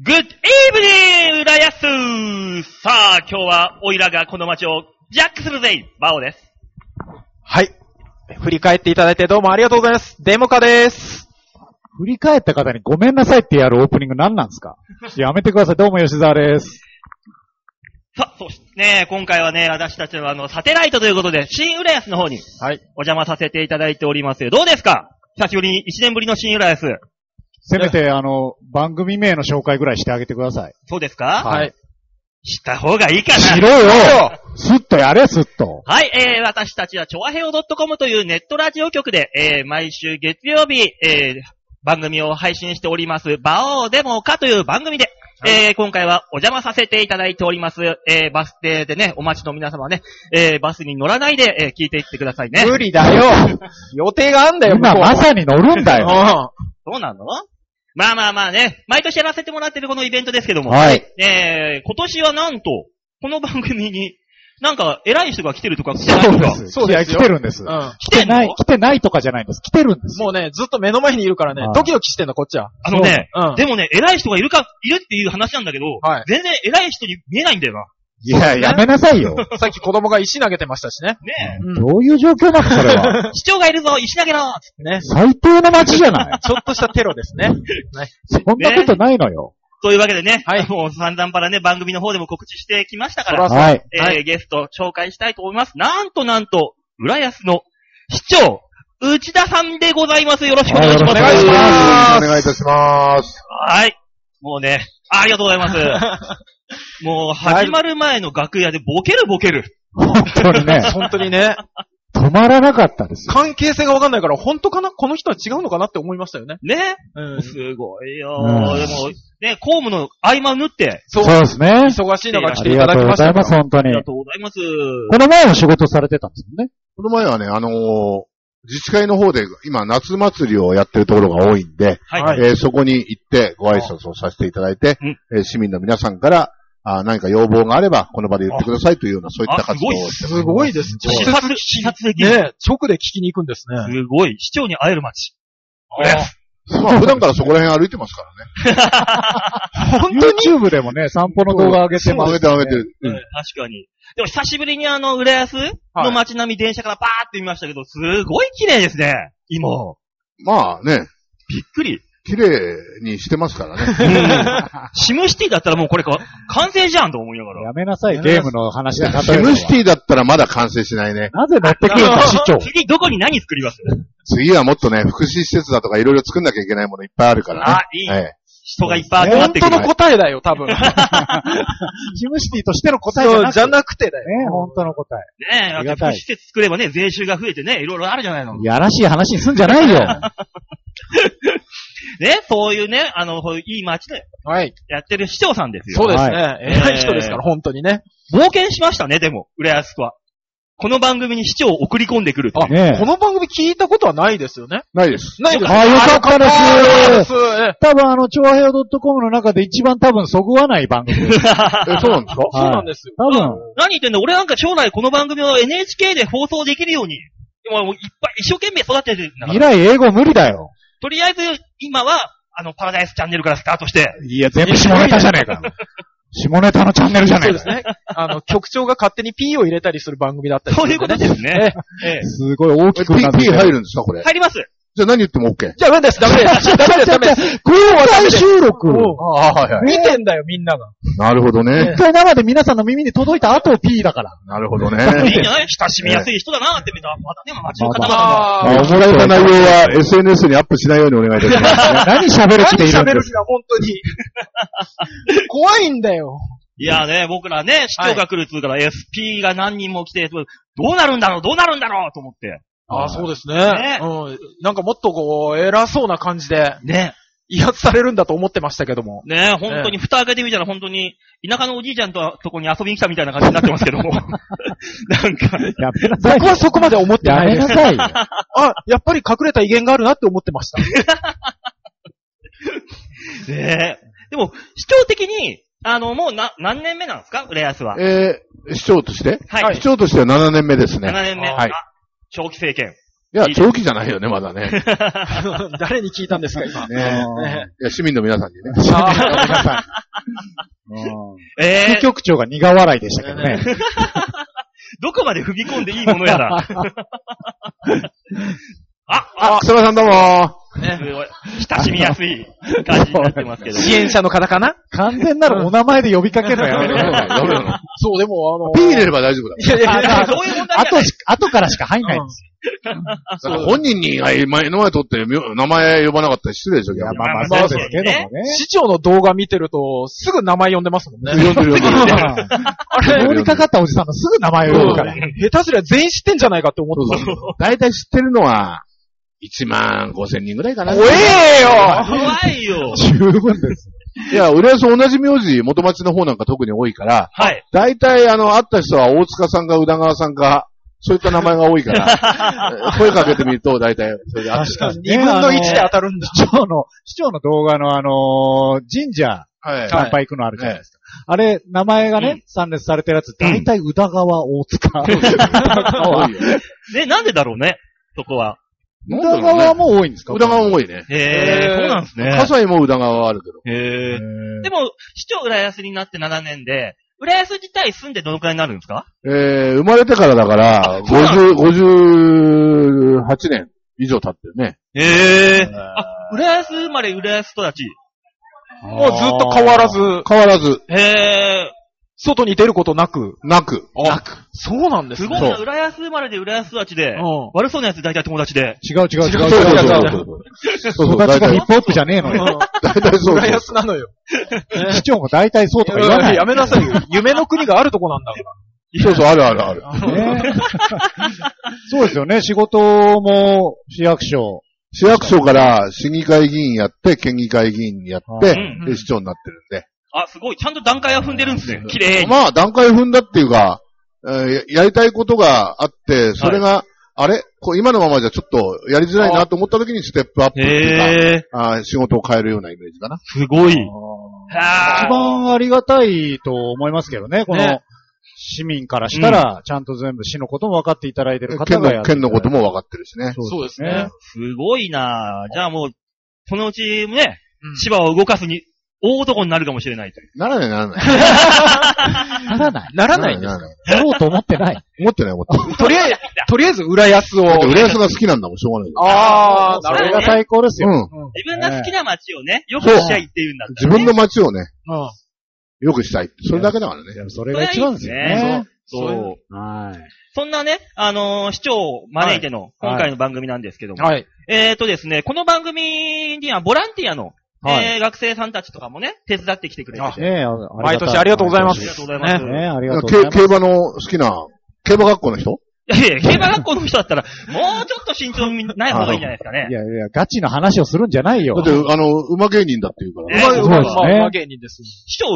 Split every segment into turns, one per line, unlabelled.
Good evening! 浦安さあ、今日は、おいらがこの街をジャックするぜバオです。
はい。振り返っていただいてどうもありがとうございます。デモカです。。
振り返った方にごめんなさいってやるオープニング何なんですかやめてください。どうも吉沢です。
さあ、そしてね、今回はね、私たちはあの、サテライトということで、新浦安の方に、
はい。
お邪魔させていただいております。どうですか久しぶりに、1年ぶりの新浦安。
せめて、あの、番組名の紹介ぐらいしてあげてください。
そうですか
はい
した方がいいかな
しろよすっとやれ、すっと。
はい、えー、私たちは、ちょわへお .com というネットラジオ局で、えー、毎週月曜日、えー、番組を配信しております、バオーデモかという番組で、えー、今回はお邪魔させていただいております、えー、バス停でね、お待ちの皆様はね、えー、バスに乗らないで、えー、聞いていってくださいね。
無理だ よ。予定があんだよ、
今
向こう
まさに乗るんだ よ。
そうなのまあまあまあね、毎年やらせてもらってるこのイベントですけども、
はい。
えー、今年はなんと、この番組に、なんか、偉い人が来てるとか来てない
そ
と
うで
か。
す。
そうですよ
いや来てるんです。
うん。
来
来
て
て
んの
ない、来てないとかじゃないんです。来てるんです。
もうね、ずっと目の前にいるからね
はい、
ドキドキしてんだ、こっちは。
あのね、
うん。
でもね、偉い人がいるか、いるっていう話なんだけど、
はい
全然偉い人に見えないんだよな。
いや、やめなさいよ。
さっき子供が石投げてましたしね。
ね
うん
どういう状況なのそれは。
え。市長がいるぞ、石投げろ
ね。
最低な街じゃない。
ちょっとしたテロですね。
そんなことないのよ。
というわけでね、
はい
もう散々パラね、番組の方でも告知してきましたから、
はい。
えーゲスト紹介したいと思います。なんとなんと、浦安の市長、内田さんでございます。よろしくお願いします。
はいよろしくお願いします
お願いいたします。
はい。もうね、ありがとうござい ます。もう、始まる前の楽屋でボケるボケる。
本当にね、
本当にね、
止まらなかったですよ。
関係性がわかんないから、本当かなこの人は違うのかなって思いましたよね。
ね。
うん。
すごいよ
う
ー。で
ん
も、ね、公務の合間を縫って、
そう。
そうですね。
忙しい中
あ
来て
り
いただ
がと
き
うご
まし
ざい
たか
ま
ら。
す、本当
あり
に
が。とうございます。
この前も仕事されてたんですよね。
この前はね、あのー自治会の方で今夏祭りをやってるところが多いんで、
は。
はいい
えーそこに行ってご挨拶をさせていただいて
うん、
えー市民の皆さんからあー何か要望があればこの場で言ってくださいというようなそういった活動をして
すごいです。
視
直
察、視察でき
接、
る。
ね、直で聞きに行くんですね。
すごい。市長に会える街。
ます。まあ普段からそこら辺歩いてますからね。
本当に
YouTube でもね、散歩の動画上げてます、
上げて上げてる。
うん確かに。でも久しぶりにあの、浦安の街並み電車からバーって見ましたけど、すごい綺麗ですね。今。
まあね、
びっくり。
綺麗にしてますからね。
シムシティだったらもうこれか、完成じゃんと思いながら。
やめなさい、ゲームの話で例えるの
シ
は
ムシティだったらまだ完成しないね。
なぜ乗ってくるんだ、市 長。
次どこに何作ります
次はもっとね、福祉施設だとかいろいろ作んなきゃいけないものいっぱいあるからね。
あ、いい。
ええ
人がいっぱい集まっ
本
てく
当
る。
の答えだよ、多分。
シムシティとしての答えじゃ
そう、
なく
じ
て
ゃ
ね、
なくてだよ。
本当の答え。
ねえ、
あり
だっ
が
て
た
福
い
祉施設作ればね、税収が増えてね、いろいろあるじゃないの。ね、
やらしい話にすんじゃない よ。
そういうね、あの、こういういい街で
はい。
やってる市長さんですよ。
そうですね。
い
偉い人ですから、本当にね。
冒険しましたね、でも、浦安は。この番組に市長を送り込んでくるっていう
あ、
ねえ
この番組聞いたことはないですよね。
ないで す。
ないです
あよかったです
す。よかったです
多分あの、超平洋 .com の中で一番多分そぐわない番組です。
え、そうなんですか
そうなんですよ。
多 分、
何言ってんだ俺なんか将来この番組を NHK で放送できるように、でももういっぱい一生懸命育ててるんだか
未
ら。
来英語無理だよ。
とりあえず、今は、あの、パラダイスチャンネルからスタートして、
いや、全部下ネタじゃねえか。 下ネタのチャンネルじゃね
そう
え
で
か
す。ね。あの、局長が勝手に P を入れたりする番組だったり
そ
す
ういうこ
るん
と
でね。
ですね。ええ
すごい大きく
P、
なって
P 入るんですかこれ。
入ります。
じゃあ何言っても OK。
じゃあダメです、ダメです。ダメです、ダメです。
公開収録
うん
ああ、はいは
見てんだよ、みんなが。
なるほどね
一。回生で皆さんの耳に届いた後 P だから。
なるほどね。
いいんじゃない親しみやすい人だなって、またね、街の方々も。
お
あ
もらえた内容は SNS にアップしないようにお願いいたします。
何喋る気でいるん
喋
で
る
す
気が本当 に。怖いんだよ。
いやね、僕らね、市長が来るっつうから、SP が何人も来て、どうなるんだろう、どうなるんだろうと思って。
ああ、そうですね。
ね
うん。なんかもっとこう、偉そうな感じで、
ね。
威圧されるんだと思ってましたけども。
ね本当に、蓋開けてみたら本当に、田舎のおじいちゃんとはそこに遊びに来たみたいな感じになってますけ ども。なんか、
やめなさい
僕。はそこまで思って
や
ない
め
で
な
す。
さいよ。
あ、やっぱり隠れた威厳があるなって思ってました。
ねでも、市長的に、あの、もうな、何年目なんですか浦安は。
えー、市長として
はい
市長としては7年目です
7
ね。
年目。
はい
あ長期政権。
いや、長期じゃないよね、まだね。ね
誰に聞いたんですか、今。ね
いや、市民の皆さんにね。
あーごめんなさい。うん
え
副局長が苦笑いでしたけどね。
どこまで踏み込んでいいものや ら。あ、あ、
あ、すみません、どうもー。
すごい。親しみやすい感じになってますけど。
支援者の方かな
完全なるお名前で呼びかけるのやめ
ダメ
ろ
なのダメなの
そう、でも、あの
ピー入れれば大丈夫だ。
いやいやいや、
あそういう問題じゃな
後
い。
し、後からしか入んないんです
だって本人に前の前取ってみ名前呼ばなかったら失礼でしょ、
よ。いや、
逆に
まあまあ
まあ
そうですけどもね。
市長の動画見てると、すぐ名前呼んでますもんね。
呼んでる呼んで る。
あ
呼ん
通
で
り
る
かかったおじさんのすぐ名前を呼ぶから。
下手すりゃ全員知ってんじゃないかって思ってた。
大体知ってるのは、1万5千人ぐらいかな。
怖えよ
怖いよ。
十分です。
いや、浦安同じ名字、元町の方なんか特に多いから、
はい。
大体あの、会った人は大塚さんか宇田川さんか、そういった名前が多いから、声かけてみると大体、それで合って
確か
る
にね。
二分の
あ
一で当たるんだ。
市長の、市長の動画のあのー神社
はい。
参拝行くのあるじゃないですか。あれ、名前が
う
ね、参列されたやつ、大体宇田川大塚。宇
多いよね
ね、なんでだろうね。そこは。
なんだ
田
ろうね
川も多いんですか
宇田川も多いね。
へえ、
へー
そうなんですね。
葛西も宇田川はあるけど。
へえ。でも、市長浦安になって7年で、浦安自体住んでどのくらいになるんですか
えー、生まれてからだから、
そうな
50 58年以上経ってるね。
へえ。あ、浦安生まれ浦安育ち。
もうずっと変わらず、
変わらず、
へえ。
外に出ることなく。
なく。
なく。そうなんですす
ご
ね
いな、浦安生まれで浦安育ちで、悪そうなやつ大体友達で。
違う違う違う違う
そうそうそう
違う。
そう。そうそう、
育ち
大
がヒ
体
ッ、プホップじゃねえのよ。
大体そう
浦
そう。
安なのよ。
市長も大体そうとか言わない。
やめな さいよ。夢の国があるとこなんだか
そうそう、あるあるある。
ねそうですよね。仕事も市役所。
市役所から市議会議員やって、県議会議員やって、
うん
で市長になってるん
あ、すごい。ちゃんと段階は踏んでるんですね。綺
で。
麗に。
まあ、段階踏んだっていうか、えーややりたいことがあって、それが、あれこう今のままじゃちょっとやりづらいなと思った時にステップアップってい
へ
う
え。
か、あー仕事を変えるようなイメージかな。
すごい。
一
はあ。
番ありがたいと思いますけどね。この
ね
市民からしたら、ちゃんと全部市のことも分かっていただいてる方
県
がや
の
って
県のこと
も。
も分かってるしね。
ら。そうです
ね。
すごいなじゃあもう、このうちね、
うん
千葉を動かすに、大男になるかもしれないという。
ならないならない。
ならない。
なら
な
ないんです
な
か
ない
やろうと思ってない。
思ってない思ってない。
とりあえず、とりあえず浦安を。
だって浦安が好きなんだもん、しょうがないよ。
あー、
そ
な
れ
るほ
が最高ですよ。
うん。
自分が好きな街をね、よくしちゃいっていうんだった
自
らね
分の街をね、
ど。うん
良くしたい。それだけだからね
い。やそれが一番ですよね。
そう。
はい。
そんなね、あのー市長を招いての、
はい
今回の番組なんですけども、
はい。
えーとですね、この番組にはボランティアの、
はい
えー学生さんたちとかもね、手伝ってきてくれてて。
ねえ、あ
毎年ありがとうございま
あ
す。
りがとうございます。
ねえ、ありがとうござい
け
ます。
競馬の好きな、競馬学校の人
いやいや、競馬学校の人だったら、もうちょっと慎重にない方がいいんじゃないですかね
い。やいや、ガチの話をするんじゃないよ
だっ。て、あの、馬芸人だって言うか
え
ら。
うまい、うまい、う
そうです
まい
ね
うまい芸人です。
市長、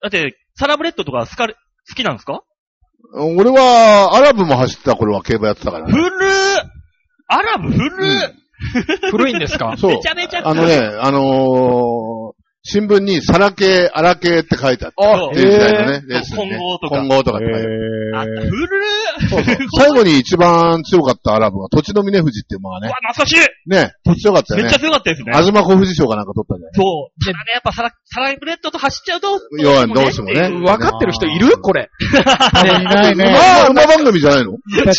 だって、サラブレッドとか好かれ、好きなんですか
俺は、アラブも走ってた頃は競馬やってたから
古
ね。
ーアラブ古ー、
古いん ですか
そう
めち。ゃめちゃ
あの
古い。
ね、あのー、新聞に、サラ系、アラ系って書いてあった。
あ
明治時代のね、
えー
レースにね
混合とか
混合とかって書いてあった
あった、古ー
え
そ うそう最後に一番強かったアラブは、土地の峰富士っていう馬が
う
ね
わ、、懐かしい
ね、土地強かった
め
よ
っ
ね
ちゃ。強かったですね。
東小富士賞かなんか取ったんじゃない
そう。ただね、やっぱサラ、サラブレッドと走っちゃうと、
弱いどうしてもね
っていう
わかってる人いるこれ。
ー、いないね。
馬馬番組じゃないの
違う違う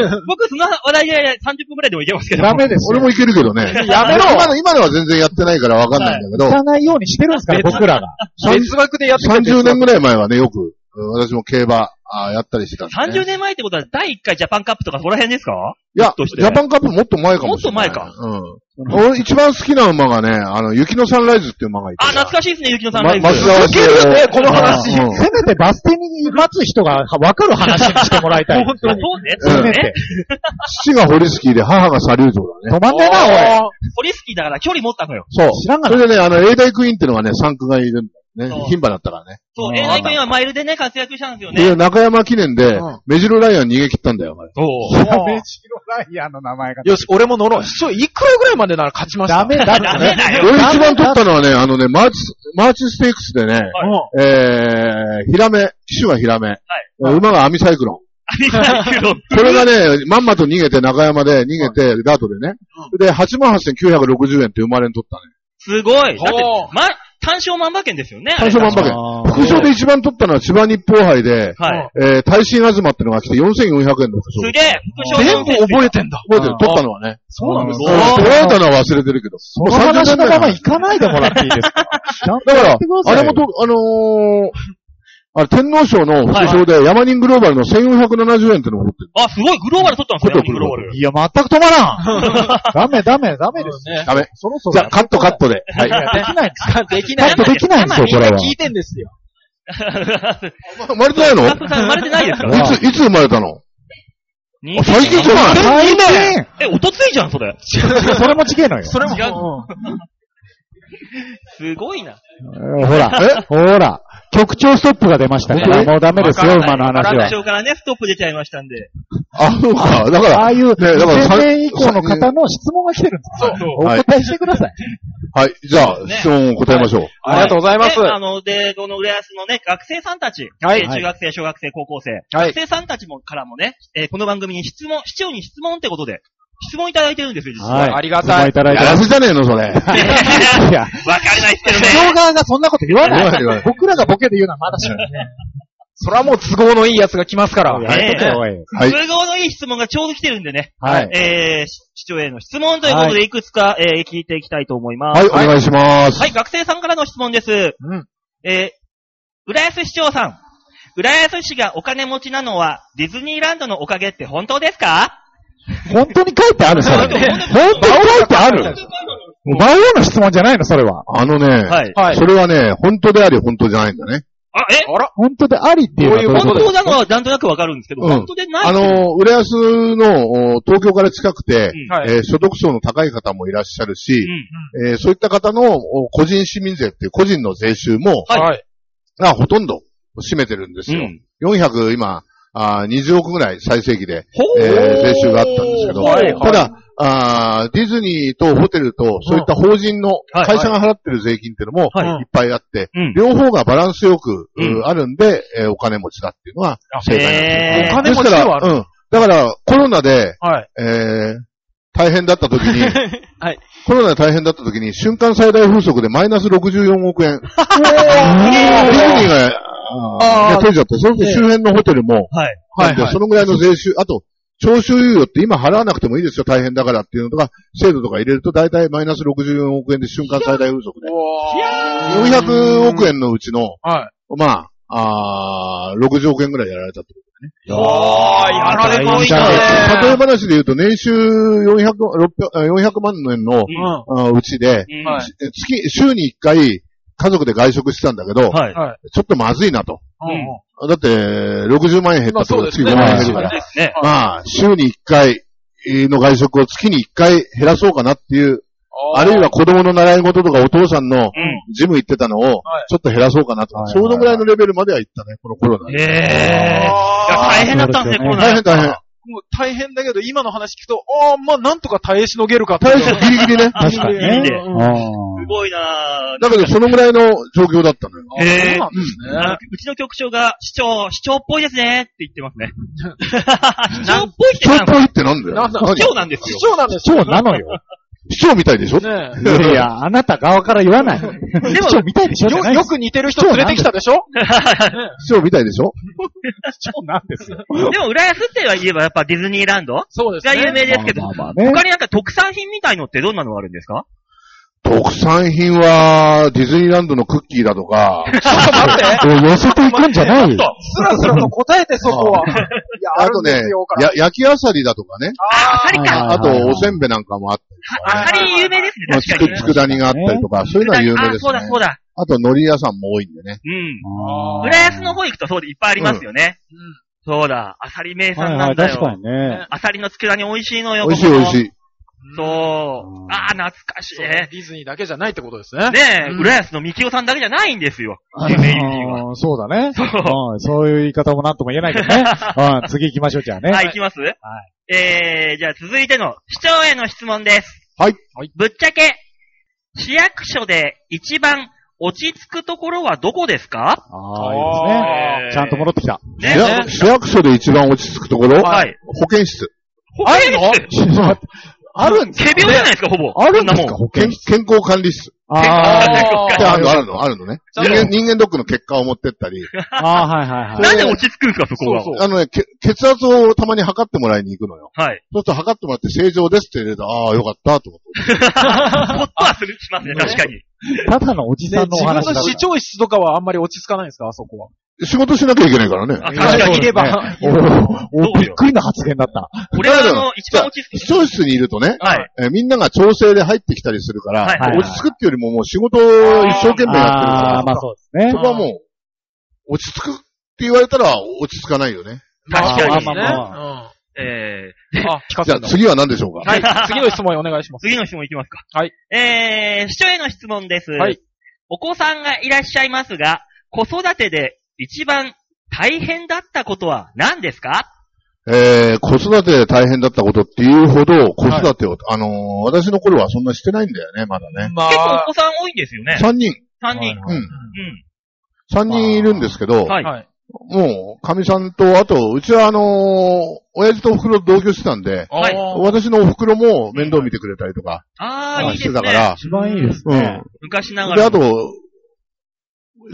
違う。
僕、その話題で30分くらいでもいけますけど。
ダメですよ。
俺もいけるけどね。
やめろ
今の、今のは全然やってないからわかんないんだけど、
行かないようにしてるんですから、僕らが。
別枠でやってて
30年ぐらい前はね、よく、うん私も競馬、あーやったりしてたんで、ね。
30年前ってことは、第1回ジャパンカップとかそこら辺ですか
いや、
として
ジャパンカップもっと前かもしれない。
もっと前
うん。俺一番好きな馬がね、あの、雪のサンライズっていう馬がいて。
あ、懐かしいですね、ゆきのさんラ
ま
イブ。
松沢
いけるねこの話
うん
せめてバス停に待つ人が分かる話にしてもら いたい。
本当に。そうね、
うん
そう
せめ
ね。
て。
父がホリスキーで母がサリュージョーだね。
止まんねえな、おい。
ポリスキーだから距離持ったのよ。
そう。
知らんが
そ
な。
れでね、あの、永大クイーンっていうのがね、3区がいるんだよ
そう。
ね牝馬だったからね。
そうう、
ん
エライ君はマイルでね、活躍したんですよ
で、
ね。
中山記念で
うん、
目白ライオン逃げ切ったんだよ。
そう。
おー
メジロライアンの名前が。
よし、俺も乗ろう。市長、いくらぐらいまでなら勝ちました
ダメだって
ダメだよ。
俺一番取ったのはね、あのね、マーチ、マーチステークスでね、
うん
えー、ヒラメ、騎手はヒラメ、
い
馬がアミサイクロ
アビサイクロン。
これがね、まんまと逃げて、中山で逃げて、ダートでね。で、88,960円って生まれに取ったね。
すごい。だって
ほ、
ま、単勝万馬券ですよね。あ
単
れ
勝万馬券。
あー
副賞で一番取ったのは千葉日報杯で、
はい。
えー、大新あずまってのが来て4400円の副賞。
すげえ副賞
全部覚えてんだ。
覚えてる取ったのはね。
そうなんです
お
取
ー
られたのは忘れてるけど。
その話のまま
もう30年前
行かないでもらっていいですかちゃんと
だ
や
か
ってくだ
ら、
さ
あ
い
れもと、あのー、 あれ、天皇賞の副賞で、ヤマニングローバルの1470円ってのを持ってる。
あ、すごい、グローバル取ったんですね、グローバル。
いや、全く止まらんダメ、ダメ、ダメですね。
ダメ。
そろそろ。
じゃあ、カットカットで。はい
い。やできないんですよ。
でき
カ
ない
ッ。トできないんですよ、これは。
聞いてんですよ。
生まれてないの
カットさん生まれて ないですか
うわ
いつ、いつ生まれたの
に
あ最近じゃない
最近
え、おとついじゃん、それ。
それも違えのよ。
それも
違う、 すごいな。
うんほら、ほら、局長ストップが出ましたから、
え
もうダメですよ、馬の話は
単。勝からね、ストップ出ちゃいましたんで。
あ、そうか。だか
あ
ら、
あいう、
だからさ
2000年以降の方の質問が来てるんですよ。お
はい
答えしてください。
はい。じゃあ、質問を答えましょう。
ありがとうございます。
で、あの、で、この浦安のね、学生さんたち、
はい
えー中学生、小学生、高校生、
はい
学生さんたちもからもね、えーこの番組に質問、市長に質問ってことで、質問いただいてるんですよ、実は。
はい。
ありがたい
お答えいただいてま
やら
す。
せじゃねえの、それ。
いや、
わかれないっすけどね。
企業側がそんなこと言わ
言わない言
な
わない
い。僕らがボケで言うのはまだしない。
それはもう都合のいいやつが来ますから。
い
やめとけよおい
はい
都合のいい質問がちょうど来てるんでね、
はい
えー、し市長への質問ということで、いくつか、えー聞いていきたいと思います。
はい、お願いします。
はい、学生さんからの質問です。
うん
えー、浦安市長さん。浦安市がお金持ちなのは、ディズニーランドのおかげって本当ですか
本当に書いてある、それ。
本
本
当に
当に書いてある。もう馬王の質問じゃないの、それは。
あのね、
はい。
はい。
それはね、本当であり本当じゃないんだね。
あ、え
あら
本当でありっていうのはどういう
本
こと
当なのはなんとなくわかるんですけど、
うん
本当でない
あの、浦安のお東京から近くて、
うん
はい。
えー所得層の高い方もいらっしゃる
う
し、
ん。
えーそういった方のお個人市民税っていう個人の税収も、
はい
はい。
がほとんど占めてるんですよ。400今、あー20億ぐらい最盛期で、
ほ
えー税収があったんですけど、
はい
ただあー、ディズニーとホテルと、そういった法人の
はい
会社が払ってる税金っていうのも
はい
いっぱいあって、
うん。
両方がバランスよく、
うん
うあるんで、えーお金持ちだっていうのは正解なんですよ。
え
お金持ち
です
で
か
はある。
ら、うん。だから、コロナで、
はい。
えー、大変だった 時に、
はい
コロナで大変だった時に、瞬間最大風速でマイナス64 億円。ディ
あ
ズニーが、
ー
あーね、取れちゃって、それと周辺のホテルも、
はい。
はい
なんでそのぐらいの税収、あと、徴収猶予って今払わなくてもいいですよ、大変だからっていうのとか、制度とか入れると大体マイナス64億円で瞬間最大風速で。400億円のうちの、
は
まあ、あー60億円ぐらいやられたってこと
い。おー、やられました
例え
ね。
話で言うと、年収400、600 400万円の
う
うん。
あうちで、
ん。
はい
え月、週に1回、家族で外食してたんだけど、
はい。
ちょっとまずいなと。
うん
だって、60万円減ったところで月5万円減るから。
ですね。
まあ、週に1回の外食を月に1回減らそうかなっていう、あるいは、子供の習い事とかお父さん
う
の
ん。
ジム行ってたのを
はい、
ちょっと減らそうかなと。
はい
ちょうどぐらいのレベルまでは行ったね、このコロナで。
ええいや、
大
大
変。
変だったんですね、コロナ。
大変大変。
もう大変だけど、今の話聞くと、ああ、まあ、なんとか耐えしのげるかっていう
大変、ギリギリね。
あ
確かに
いい
ね
ね。
うん
すごいな
だけど、そのぐらいの状況だったのよ。
ええ
あそうなんですね。
あのうちの局長が、市長、市長っぽいですねって言ってますね。市長っぽいってな
市長
ん
っぽいってなんだよ。
なんだ
何
市長なんですよ
市。長なんです
そうなのよ。
市長みたいでしょ
ね
いやいや、あなた側から言わない。
でも
一応見たいでしょ
え。よ、よく似てる人連れてきたでしょ
市長みたいでしょ
くなんですよ。
でも、浦安って言えばやっぱディズニーランド
そうで
が有名ですけど
ま、あまあね。
他になんか特産品みたいのってどんなのがあるんですか
特産品は、ディズニーランドのクッキーだとか、
ちょっと待って。
おい寄せていくんじゃないよ。
スラスラと答えて、そこ は。いや、あ
あ
る
と
んで
ね
すよ、から。
や焼きアサリだとかね、
あ、あ
い
り
はい
か。
あとおせんべいなんかもあったり
ああり有名です
まあ、
ね、
つ
確か
く、
に。
つくだ煮があったりとか、そういうのは有名
あ
で、す
そうだ、
ね
そ。うだ。
あと、海苔屋さんも多いんでね。
うん。
あー
浦安の方行くとそうでいっぱいありますよね。
うん
そうだ、アサリ名
は
産
い
な
は
ん
い、
だ
確か
よ。
にね。
アサリの佃煮美味しいのよ。
美味しい美味し
い。
い。
そうう。
ん
ああ、懐かしい。
そう
ね
ディズニーだけじゃないってことですね。
え、
うん
浦安のみきおさんだけじゃないんですよ。
あ
有名人は。
のーそうだね。
そう
うんそういう言い方もなんとも言えないけど ね。うん次行きましょう、じゃあね。
はい、行きますはい。えー、じゃあ続いての市長への質問です。
はい。
ぶっちゃけ、市役所で一番落ち着くところはどこですか
ああ、いい
あ
ですね。
ー
ちゃんと戻ってきた。
ね
市役市役所で一番落ち着くところ、
はい。
保健室。
保
ある
健
の
室
あるんです
仮病じゃないですか、ほぼ。
あるんです
そ
か
なも
保
健
健室。
健康管理室。
あー
あ
ってあるの、あるの、あるのね。
ちゃ
人
んと
間、人間ドックの結果を持ってったり、
あー、はいはいは
ん
い。
なんで落ち着くんですか、そこは。
そう
あのね、け血圧をたまに測ってもらいに行くのよ。
はい。
そうすると測ってもらって正常ですって入れると、ああ、よかった、と思って。
ほっとはする、しますね、確かに。
ただのおじさんのお
自
話
分
だか
の
ら
視聴室とかはあんまり落ち着かないんですかあそこは。
仕事しなきゃいけないからね。
あ、確か
そう
に
い
い。れば。
おーおーびっくりな発言だった。
俺は、あの、一番落ち着
視
く。
聴室にいるとね、
はい。
えーみんなが調整で入ってきたりするから、
はい
はい
落ち着くっていうよりももう仕事を一生懸命やってる
あ
か
あー、まあそうです
ら、
ね
そ。こはもう、落ち着くって言われたら落ち着かないよね。
確かに。
まあまあま
えー、
うん。あ、聞か
じ
せ
ゃあ
るの。
次は何でしょうか
はい。次の質問お願いします。
次の質問いきますか。
はい。
えー、視聴への質問です。
はい。
お子さんがいらっしゃいますが、子育てで一番大変だったことは何ですか
えー、子育てで大変だったことっていうほど、子育てを、あのー私の頃はそんなしてないんだよね、まだね。
ま
結構お
あ、
子さん多いんですよね。
3人。
3人。
うん。3人いるんですけど、
うん。はい。
はい。
もう、かみさんと、あと、うちはあのー親父とお袋同居してたんで、
はい
あー
私のお袋も面倒見てくれたりとか、
あ
あ
あ、
ー
いい
し
ですね
てた。から、
一番いいです
うん。
ね。
で、
昔ながら。
あと、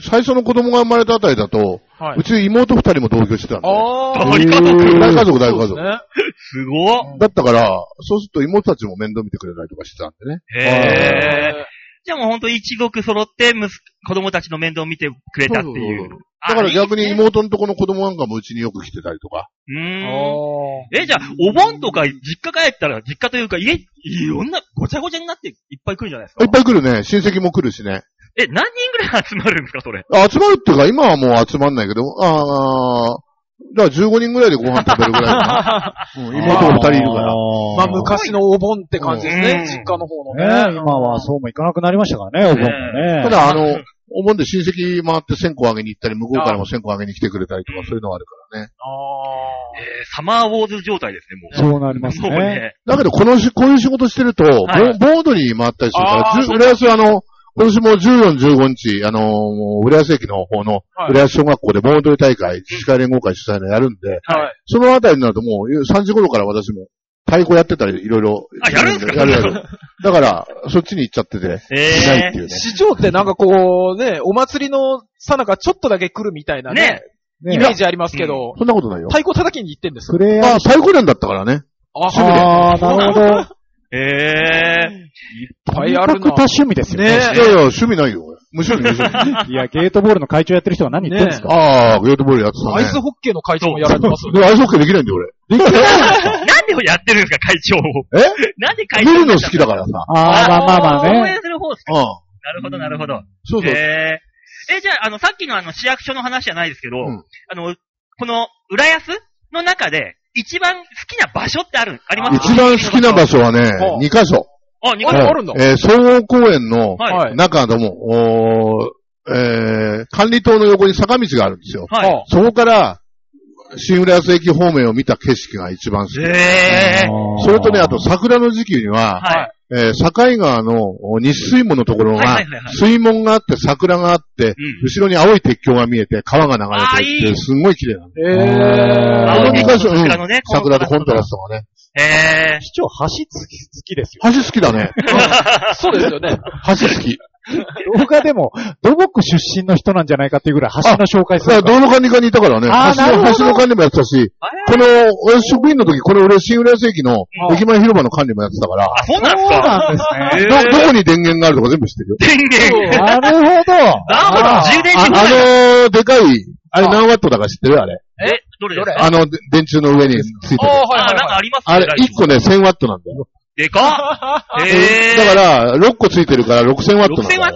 最初の子供が生まれたあたりだと、
は
う
い。
ち妹二人も同居してたんで。
あ
ー
あ、
大家族
大家族、大
そ
家
うです
族。
ね。
すごっ
だったから、そうすると妹たちも面倒見てくれたりとかしてたんでね。
へー
え
じゃあもう本当一族揃って、息子子供たちの面倒を見てくれたってい
そううそうそう。
あ
だから逆
い
に
いですね
妹のとこの子供なんかもうちによく来てたりとか。
うー
ー。
ん。
お
え、じゃあ、お盆とか、実家帰ったら、実家というか、家、いろんな、ごちゃごちゃになって、いっぱい来るんじゃないですか
いっぱい来るね。親戚も来るしね。
え、何人ぐらい集まるんですか、それ。
あ集まるっていうか、今はもう集まんないけど、ああ、だから15人ぐらいでご飯食べるぐらいかな。うん、妹も二人いるから。
ーまあ、昔のお盆って感じです
うん
ね。実家の方の
ね
ね。
今はそうもいかなくなりましたからね、お盆も ね。
ただ、あの、お盆で親戚回って線香あげに行ったり、向こうからも線香あげに来てくれたりとか、そういうのがあるからね。
あ
えーサマーウォーズ状態ですね、もう。
そうなります
もう
ね。
ね。
だけど、このし、こういう仕事してると、ボ
はい
ボードに回ったりするか
あー
ら、ず浦安、あの、今年も14、15日、あのー、浦安駅の方の、
はい
浦安小学校で盆踊り大会、自治会連合会主催のやるんで、
あ。はい。
そのあたりになるともう3時頃から私も太鼓やってたり、いろいろ。
あやるんですか
やるやる。だから、そっちに行っちゃってて、しない
え
っていうね。
市場ってなんかこう、ね、お祭りのさなかちょっとだけ来るみたいな
ね
ね、
ね
イメージありますけど、
そんなことないよ。
太鼓叩きに行ってんです
クレ
あ
ア、、
太鼓連だったからね。
あ
趣味で
ああ、なるほど。
ー、え
いっぱいある
全く
な
多。趣味ですよ
い
ね
ね。
やいや、趣味ないよ。俺無趣味、無趣味。
いや、ゲートボールの会長やってる人は何言ってるんですか
ああ、ゲートボールやってたね。
アイスホッケーの会長もやられてますよ
で
ね。
もアイスホッケーできないんだよ、俺。
ー、なんでやってるんですか、会長を。
え
なんで会
見
長
るの好きだからさ。
ああ、まあまあまあ
応
ね。
援する方です
うん。
なるほど、なるほど。
そうそう。
えー、え、じゃあ、あの、さっきのあの、市役所の話じゃないですけど、
うん
あの、この、浦安の中で、一番好きな場所ってある、ありますか
一番好きな場。所はね
は、あ
2カ所。
あ、二
あ
個
れ
う
あるんだ
えー総合公園の
はい。はい。
はい。
中でも、おーえー管理棟の横に坂道があるんですよ。
あ
そこから、新浦安駅方面を見た景色が一番好き。
えー。
それとね、あと桜の時期には、
はい。
えー境川のお西水門のところ
は
が
いはいはいは、い
水門があって桜があって、
うん
後ろに青い鉄橋が見えて、川が流れて
あーい
るっ
い
て、すんごい綺麗なんで
えー。
こ
青
の
い
2
ね
箇所、うん
桜のね
桜とコントラストがね。
えー。
市長、橋好き好きですよ。
橋好き だね。
そうですよね。
橋好き。
動画でも、土木出身の人なんじゃないかっていうぐらい橋の紹介
だ
す
か
る
ら
から。
道路管理課にいたからね、
あーなる
橋
ほ
の、
ど
橋の管理もやってたし、
あ
この、俺職員の時、これ俺新浦安駅の
うん
駅前広場の管理もやってたから、
そうなんで
そう
すか
なんですね。
え
ど、
ー
どこに電源があるとか全部知ってるよ。
電源。
なるほど。
なるほど、充電器
ああのー、でかい、あれ何ワットだか知ってるあれ。
え、どれですか
あの、で電柱の上についてる。
ああ、はい
あ、
は
な
い
んか
は
ありますね
あれ、1個ね、1000ワットなんだよ。
でかっえー。
だから、6個ついてるから6000ワットなん
6000
だよ。
ワッ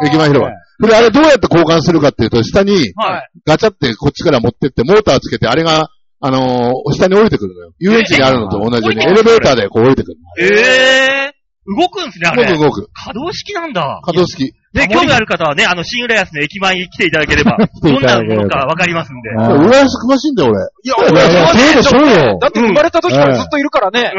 ト。
い。
駅前広場。それ、あれどうやって交換するかっていうと、下に
はい。
ガチャってこっちから持ってって、モーターつけて、あれが、あのー、下に降りてくるのよ。遊園地にあるのと同じように、
え
エレベーターでこう降りてくる
えー。動くんですね、あ
の。動く
れ。
動く。
可動式なんだ。
可動式。
ね、興味ある方はね、あの、新浦安の駅前に来ていただけれ ば、
てい
どん
た
な
だけれ
も
ば
のかわかりますんで。
あー
浦安詳しいんだよ、俺。
いや、
い
俺
やいや
は
そうで
ね、
しょうよ
だって生まれた時からずっといるからね。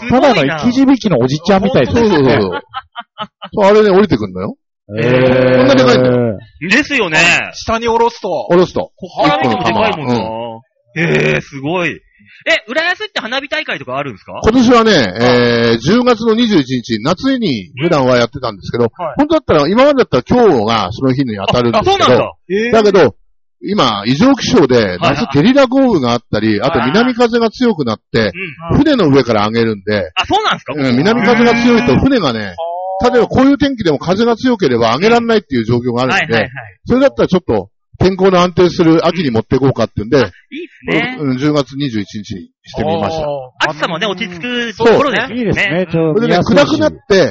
す
た
ご
だ
いな
の生き字引のおじちゃんみた い
そうそうそうそう。そうあれね、降りてくんのよ。
え
こんなでかいんだ
よ。
ですよね。
下に下ろすと
お。ろすと。
こっから見てもでかいもんな
う。
ええー、すごい。え、浦安って花火大会とかあるんですか
今年はね、えー、10月の21日、夏に普段はやってたんですけど、
はい
本当だったら、今までだったら今日がその日に当たるんで
あ、
す
そう
け
なん
ど、
だ。
え
だけど、今、異常気象で、
はい
夏ゲリラ豪雨があったり、あと
はい
南風が強くなって、
うん。
船の上から上げるんで、
あ、そうなんですか
うん南風が強いと船がね、例えばこういう天気でも風が強ければ上げられないっていう状況があ
は
る
い
ん
はいは
で
い、。
それだったらちょっと天候の安定する秋に持っていこうかっていうんで、
いいですね。
うん10月21日にしてみました。
暑さもね、落ち着くと
そう
ころですよね。
いいですね、ち
うん
ょう
そ
ど
れでね、暗くなって
う、ん。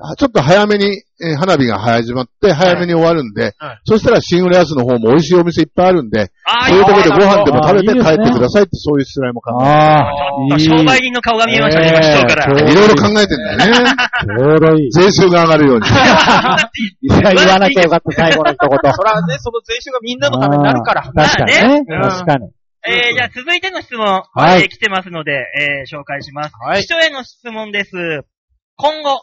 あちょっと早めに、えー花火が始まって、早めに終わるんで、
はい
そしたら新浦安の方も美味しいお店いっぱいあるんで、
ああ、
そういうところでご飯でも食べ
あーいい
て
で
帰
すね
ってくださいって、そういう失礼も考
ああ、いい。
商売人の顔が見えましたね、今、市長から。
えー
えて。いろいろ考えてんだよね。
ちょうどいい。
税収が上がるように。
いや言わなきゃよかった、最後の一言。
そらね、その税収がみんなのためになるから。
確かにね。
まあね
確かに。
えー、じゃあ続いての質問、
はい
えー来てますので、えー紹介します。
はい
市長への質問です。今後、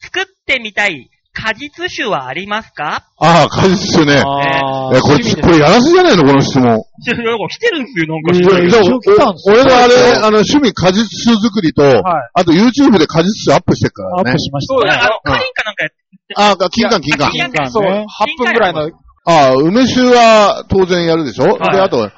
作ってみたい果実酒はありますか
ああ、果実酒ね。
あ
え、これ、これやらせじゃないのこの質問。
市長、なんか来てるんですよ、なん
かいやいや
で
一
も
応来たんですよ
俺はあれ、あの、趣味果実酒作りと、
はい
あと YouTube で果実酒アップしてるか
ア
ら
ッ
ね
プ。しまし
そうだよ。
あの、カリンかなんかやっ
ああ、金柑金柑
あ金柑
た。
そう、8
ね
分ぐらいの。
ああ、梅酒は当然やるでしょ、
はい
で、あと、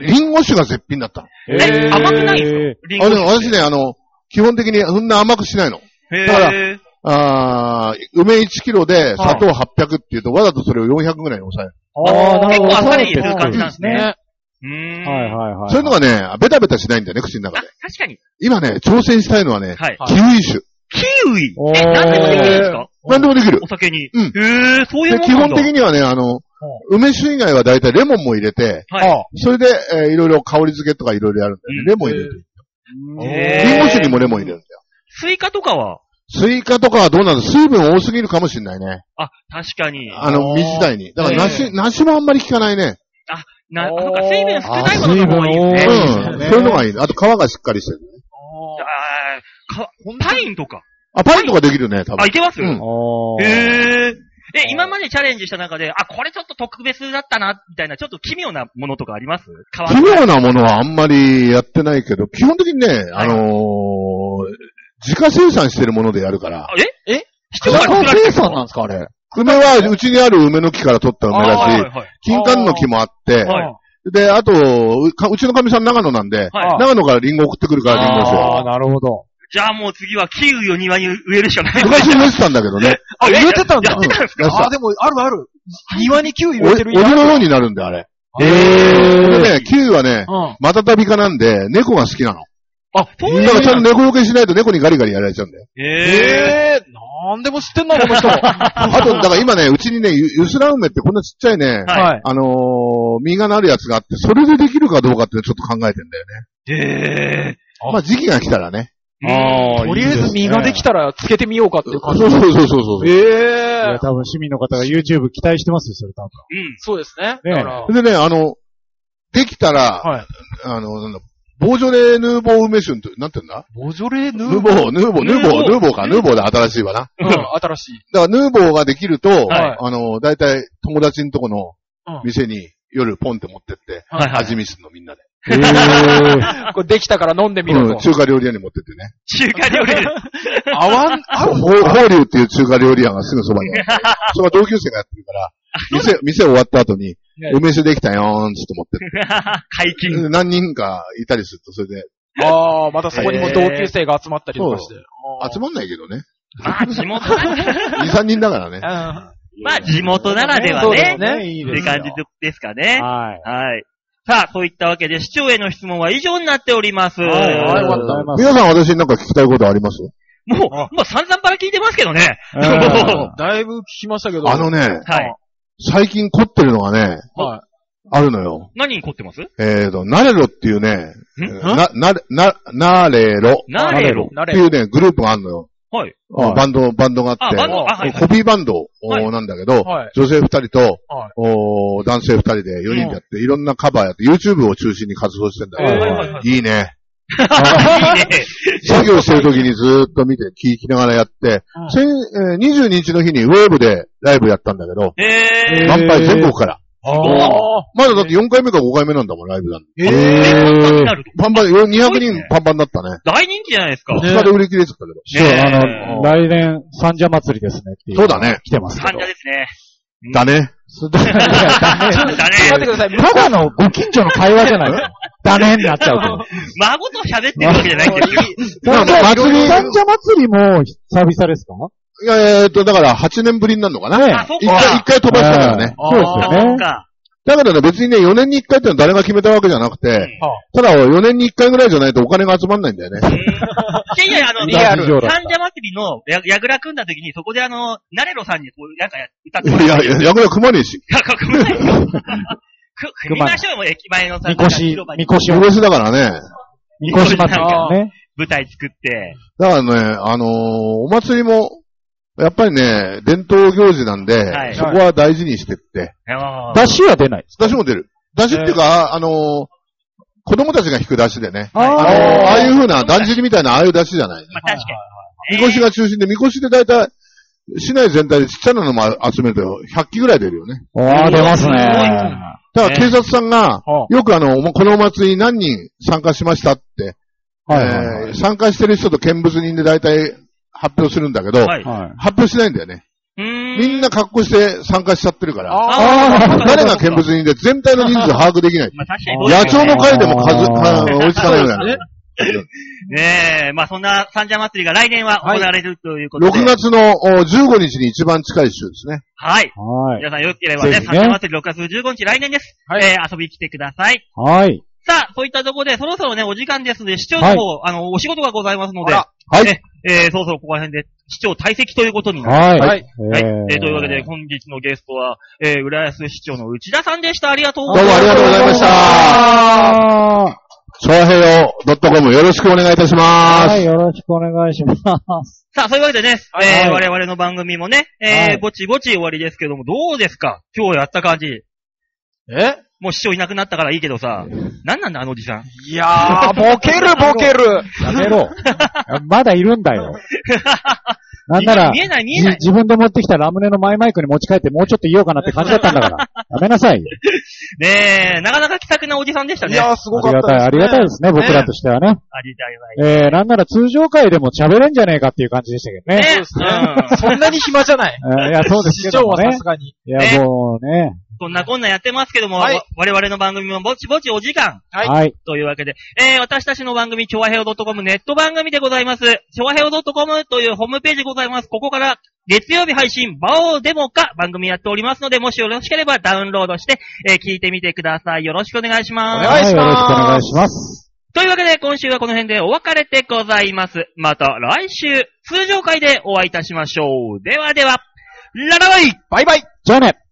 りリンゴ酒が絶品だった。
え甘くないん
で
リン
あ、
ゴ酒
でも私ね、あの、基本的にそんな甘くしないの。
へー
だからああ、梅1キロで砂糖800っていうと、わざとそれを400ぐらいに抑える。
ああ、なるほど。
結構あっさりする感じなんですね
は
うーん。
いはいはい。
そういうのがね、ベタベタしないんだよね、口の
あ、
中で
確。かに。
今ね、挑戦したいのはね、
はい。
キウイ酒。
キウイ
おー
え、何でもできるんですか
何でもできる
お。酒に。
うん
へえ、そういう
で
もん
基
なん
本
だ
的にはね、あの、梅酒以外は大体レモンも入れて、
は
それで、えーいろいろ香り付けとかいろいろやるんだよ
うん
ね。レモン入れる。
い。
リ
へー
ンゴ酒にもレモン入れるんだよ。
スイカとかは
スイカとかはどうなの水分多すぎるかもしれないね。
あ、確かに。
あの、身自体に。だから梨、梨もあんまり効かないね。
な、あ
おー
そうか、水分少ないものの方がいいです
う
ね
水
ん。
分多い。
そういうのがいいね。あと皮がしっかりしてる。
あーかパインとか。
あ、パインとかできるね、多
あ、い
分。
けます
う
へ
ん
おー
え。で、今までチャレンジした中で、あ、これちょっと特別だったな、みたいな、ちょっと奇妙なものとかあります変わ
奇妙なものはあんまりやってないけど、基本的にね、あのー、自家生産してるものでやるから。
ええ市長
自
が
家
作られて
生
る
産なんですか、あれ。
梅は、うちにある梅の木から取った梅
あーはい
だし、
はい
金柑の木もあって、
はい。
で、あと、うかうちのかみさん長野なんで、
はい
長野からリンゴ送ってくるからリンゴ酒
ああ、なるほど。
じゃあもう次はキウイを庭に植えるしかない。
昔植えてたんだけどね。
あ、植えてたん
だ
やってたんですか
やって
あ、でも、あるある。庭にキウイ
お
植えてる
俺のようになるんだよ、あれ。
え
でね、キウイはね、
うん。
マタタビ科なんで、猫が好きなの。
あ、そう
だ
いう
からちゃんと猫よけしないと猫にガリガリやられちゃうん だよ。
ええ。
えー、なんでも知ってんな、この 人。
あと、だから今ね、うちにね、ゆゆすら梅ってこんなちっちゃいね、
はい
あのー、実がなるやつがあって、それでできるかどうかってちょっと考えてんだよね。
え
まあ時期が来たらね。
え。あ
とりあえず実ができたらつけてみようかって
そ
いう
う
感じ。
そうそうそうそう。
い
え
や、多分市民の方が YouTube 期待してますよ、それ多分。
うん。
そうですね。
ねえ
だから
それでね、あの、できたら、
はい
あの、なんだ、ボージョレーヌーボー梅酒って、なんて言うんだ
ボジョレ・ヌ
ヌー
ー
ボ
ボー。
ー、ヌーボー、ヌーボー、
ヌ
ヌ
ーボー
ーボーか、ヌーボーで新しいわな。
うん、新しい。
だから、ヌーボーができると、
はい
あの、だいたい友達のとこの
うん
店に夜ポンって持ってって、
はいはい
味見するのみんなで。
えー、
これできたから飲んでみろ
うん
と。
中華料理屋に持ってってね。
中華料理です。
合わん、合
ほ
う。
法流っていう中華料理屋がすぐそばにある。それは同級生がやってるから、店、店終わった後に、
ね
梅酒できたよーんつって持ってって。
解禁。
何人かいたりすると、それで、
ああ、またそこにも同級生が集まったりとかして。
集まんないけどね。
まあ、地元なら、
2、3人だからね。
ま
まあ、地元ならでは
そうだ
ね
よ。ね
いい
っ
で
て
すよ
感じですかね。
はい。
はい。さあ、そういったわけで、市長への質問は以上になっております。
はい
も
ありがとうございます
皆さん私になんか聞きたいことあります
う、もう散々から聞いてますけどね。
えー
だいぶ聞きましたけど。
あのね、
はい。
最近凝ってるのがね、
は
あるのよ。
何に凝ってます
えーと、ナレロっていうね、
ん
な、なれ、な、ナレロ
ナレロ
い。。
っ
慣
て
れ
いうね、グループがあるのよ。
はい。
はい
バンド、バンドがあ
あ、バンド、
っ
あ、はい
て、。コピーバンドお
はい
なんだけど、
はい。
女性二人と
はい、
お男性二人で四人でやって、いろんなカバーやって、YouTube を中心に活動してんだ
はい
け
はい
ど、
はいはい。
いいね。
いいね。
作業してる時にずーっと見て、聞きながらやって、せんえー22日の日にウェーブでライブやったんだけど、
えー。
満杯全国から。
お
まだだって4回目か5回目なんだもん、ライブなんて。
えー
ー。
パ
なる
ンパン、よ200
すごい
人
ね
パンパンだったね。
大人気じゃないですか。
2日で売り切れちゃったけど。
そう、
ねえ
あの、来年、三社祭りですねっていう。
そうだね。
来てますけ
患
ど
者。ですね。
だね。
そうだね。だね。
だ
待って
ね。
ください。
ただのご近所の会話じゃないで すか。ダメになっちゃうと。
孫と喋ってるわけじゃないんですよ。
まあまあ祭り
三社祭りも久々ですか
いやえーっと、だから8年ぶりになるのかな。
あ、そう
一回、
か。
一回飛ばしたからね。
ええそうです
そ
よ
う
ね。
か。
だからね、別にね、4年に1回ってのは誰が決めたわけじゃなくて、ただ4年に1回ぐらいじゃないとお金が集まんないんだよね。
いやい や、あの、
リアル
三社祭りのや、やぐら組んだ時に、そこであの、なれろさんに、こう、なんかや、歌ってもら
い
っ
や、
て。
いや、役が組まねえし。
いや、かっこいい。く組みましょうよ、もう駅前のさ、
みこし
広場、に
みこしを
上、司だからね。
みこし祭りね。
舞台作って。
だからね、あのーお祭りも、やっぱりね、伝統行事なんで、
はい
そこは大事にしてって。
あー
出汁は出ない。
出汁も出る。出汁っていうか、あのー子供たちが引く出汁でね。
あ
あのーああいう
う。
風な、だんじりみたいな、ああいう出汁じゃない。
まあ、確かに。
みこしが中心で、みこしで大体、市内全体でちっちゃなのも集めると100機ぐらい出るよね。
ああ、出ますね。
だから警察さんが、
は
よくあの、おこのお祭り何人参加しましたって、
いはい
えー参加してる人と見物人で大体発表するんだけど、
はい。
はい。
発表しないんだよね。
うーん
みんな格好して参加しちゃってるから、
あー
あー
誰が見物人で全体の人数把握できない。
まあ、確かにそうです
野
よ
鳥
ね。
の会でも数、
あー
うん追いつかないぐらいなの。
ねえ、まあ、そんな三社祭りが来年は行われるということで。
6月のお15日に一番近い週ですね。
はい。
はい。
皆さんよければね、
ぜ
三
ひね
社祭り6月15日来年です。
はい
えー遊びに来てください。
はい。
さあ、そういったところで、そろそろね、お時間ですので、市長の方、あの、お仕事がございますので、
あ
らはい
ねえーそろそろここら辺で、市長退席ということになります。
はい。
はい
はい。
え
えー
ー
というわけで、本日のゲストは、えー、浦安市長の内田さんでした。ありがとう
ど
ご
う
ざい
も
ま
ありがとうございました。
あ
長平を .com よろしくお願いいたし
ー
ま
はい、
す。
よろしくお願いします。
す。さあ、そういうわけでね、えー
はい
我々の番組もね、
は
えー、
い
ぼちぼち終わりですけども、どうですか今日やった感じ。
え
もう市長いなくなったからいいけどさ、なんなんだ、あのおじさん。
いやー、ボケ るボケる。
やめ ろ。まだいるんだよ。なんなら
見、えない、見え
じ
ない。
自分で持ってきたラムネのマイマイクに持ち帰ってもうちょっと言おうかなって感じだったんだから。 やめなさい。
ねえ、なかなか気さくなおじさんでした
い
ね。
やー、すご
あ
かっ
りが
た
たい、ありがたいですね、僕ら
ね
としてはね。
ありがたいありが
えー、なんなら通常会でも喋れんじゃねえかっていう感じでしたけ
た
ど
い。
ね。
ね
そうですね。 そんなに暇じゃない。
えーいや、そうです
市
け
長
ども
はさ
ね
す。がに。
いや、もうね。
そんなこんなやってますけども、
はい
わ我々の番組もぼちぼちお時間
はい
はい。
というわけで、えー、私たちの番組、超和平ッ .com ネット番組でございます。超和平ッ .com というホームページございます。ここから月曜日配信、バオデモか番組やっておりますので、もしよろしければダウンロードして、えー聞いてみてください。よろしくお願いします。
お願いします
はよろしくお願いします。
というわけで、今週はこの辺でお別れでございます。また来週、通常会でお会いいたしましょう。ではでは、ララバイ
バイバイ
じゃあね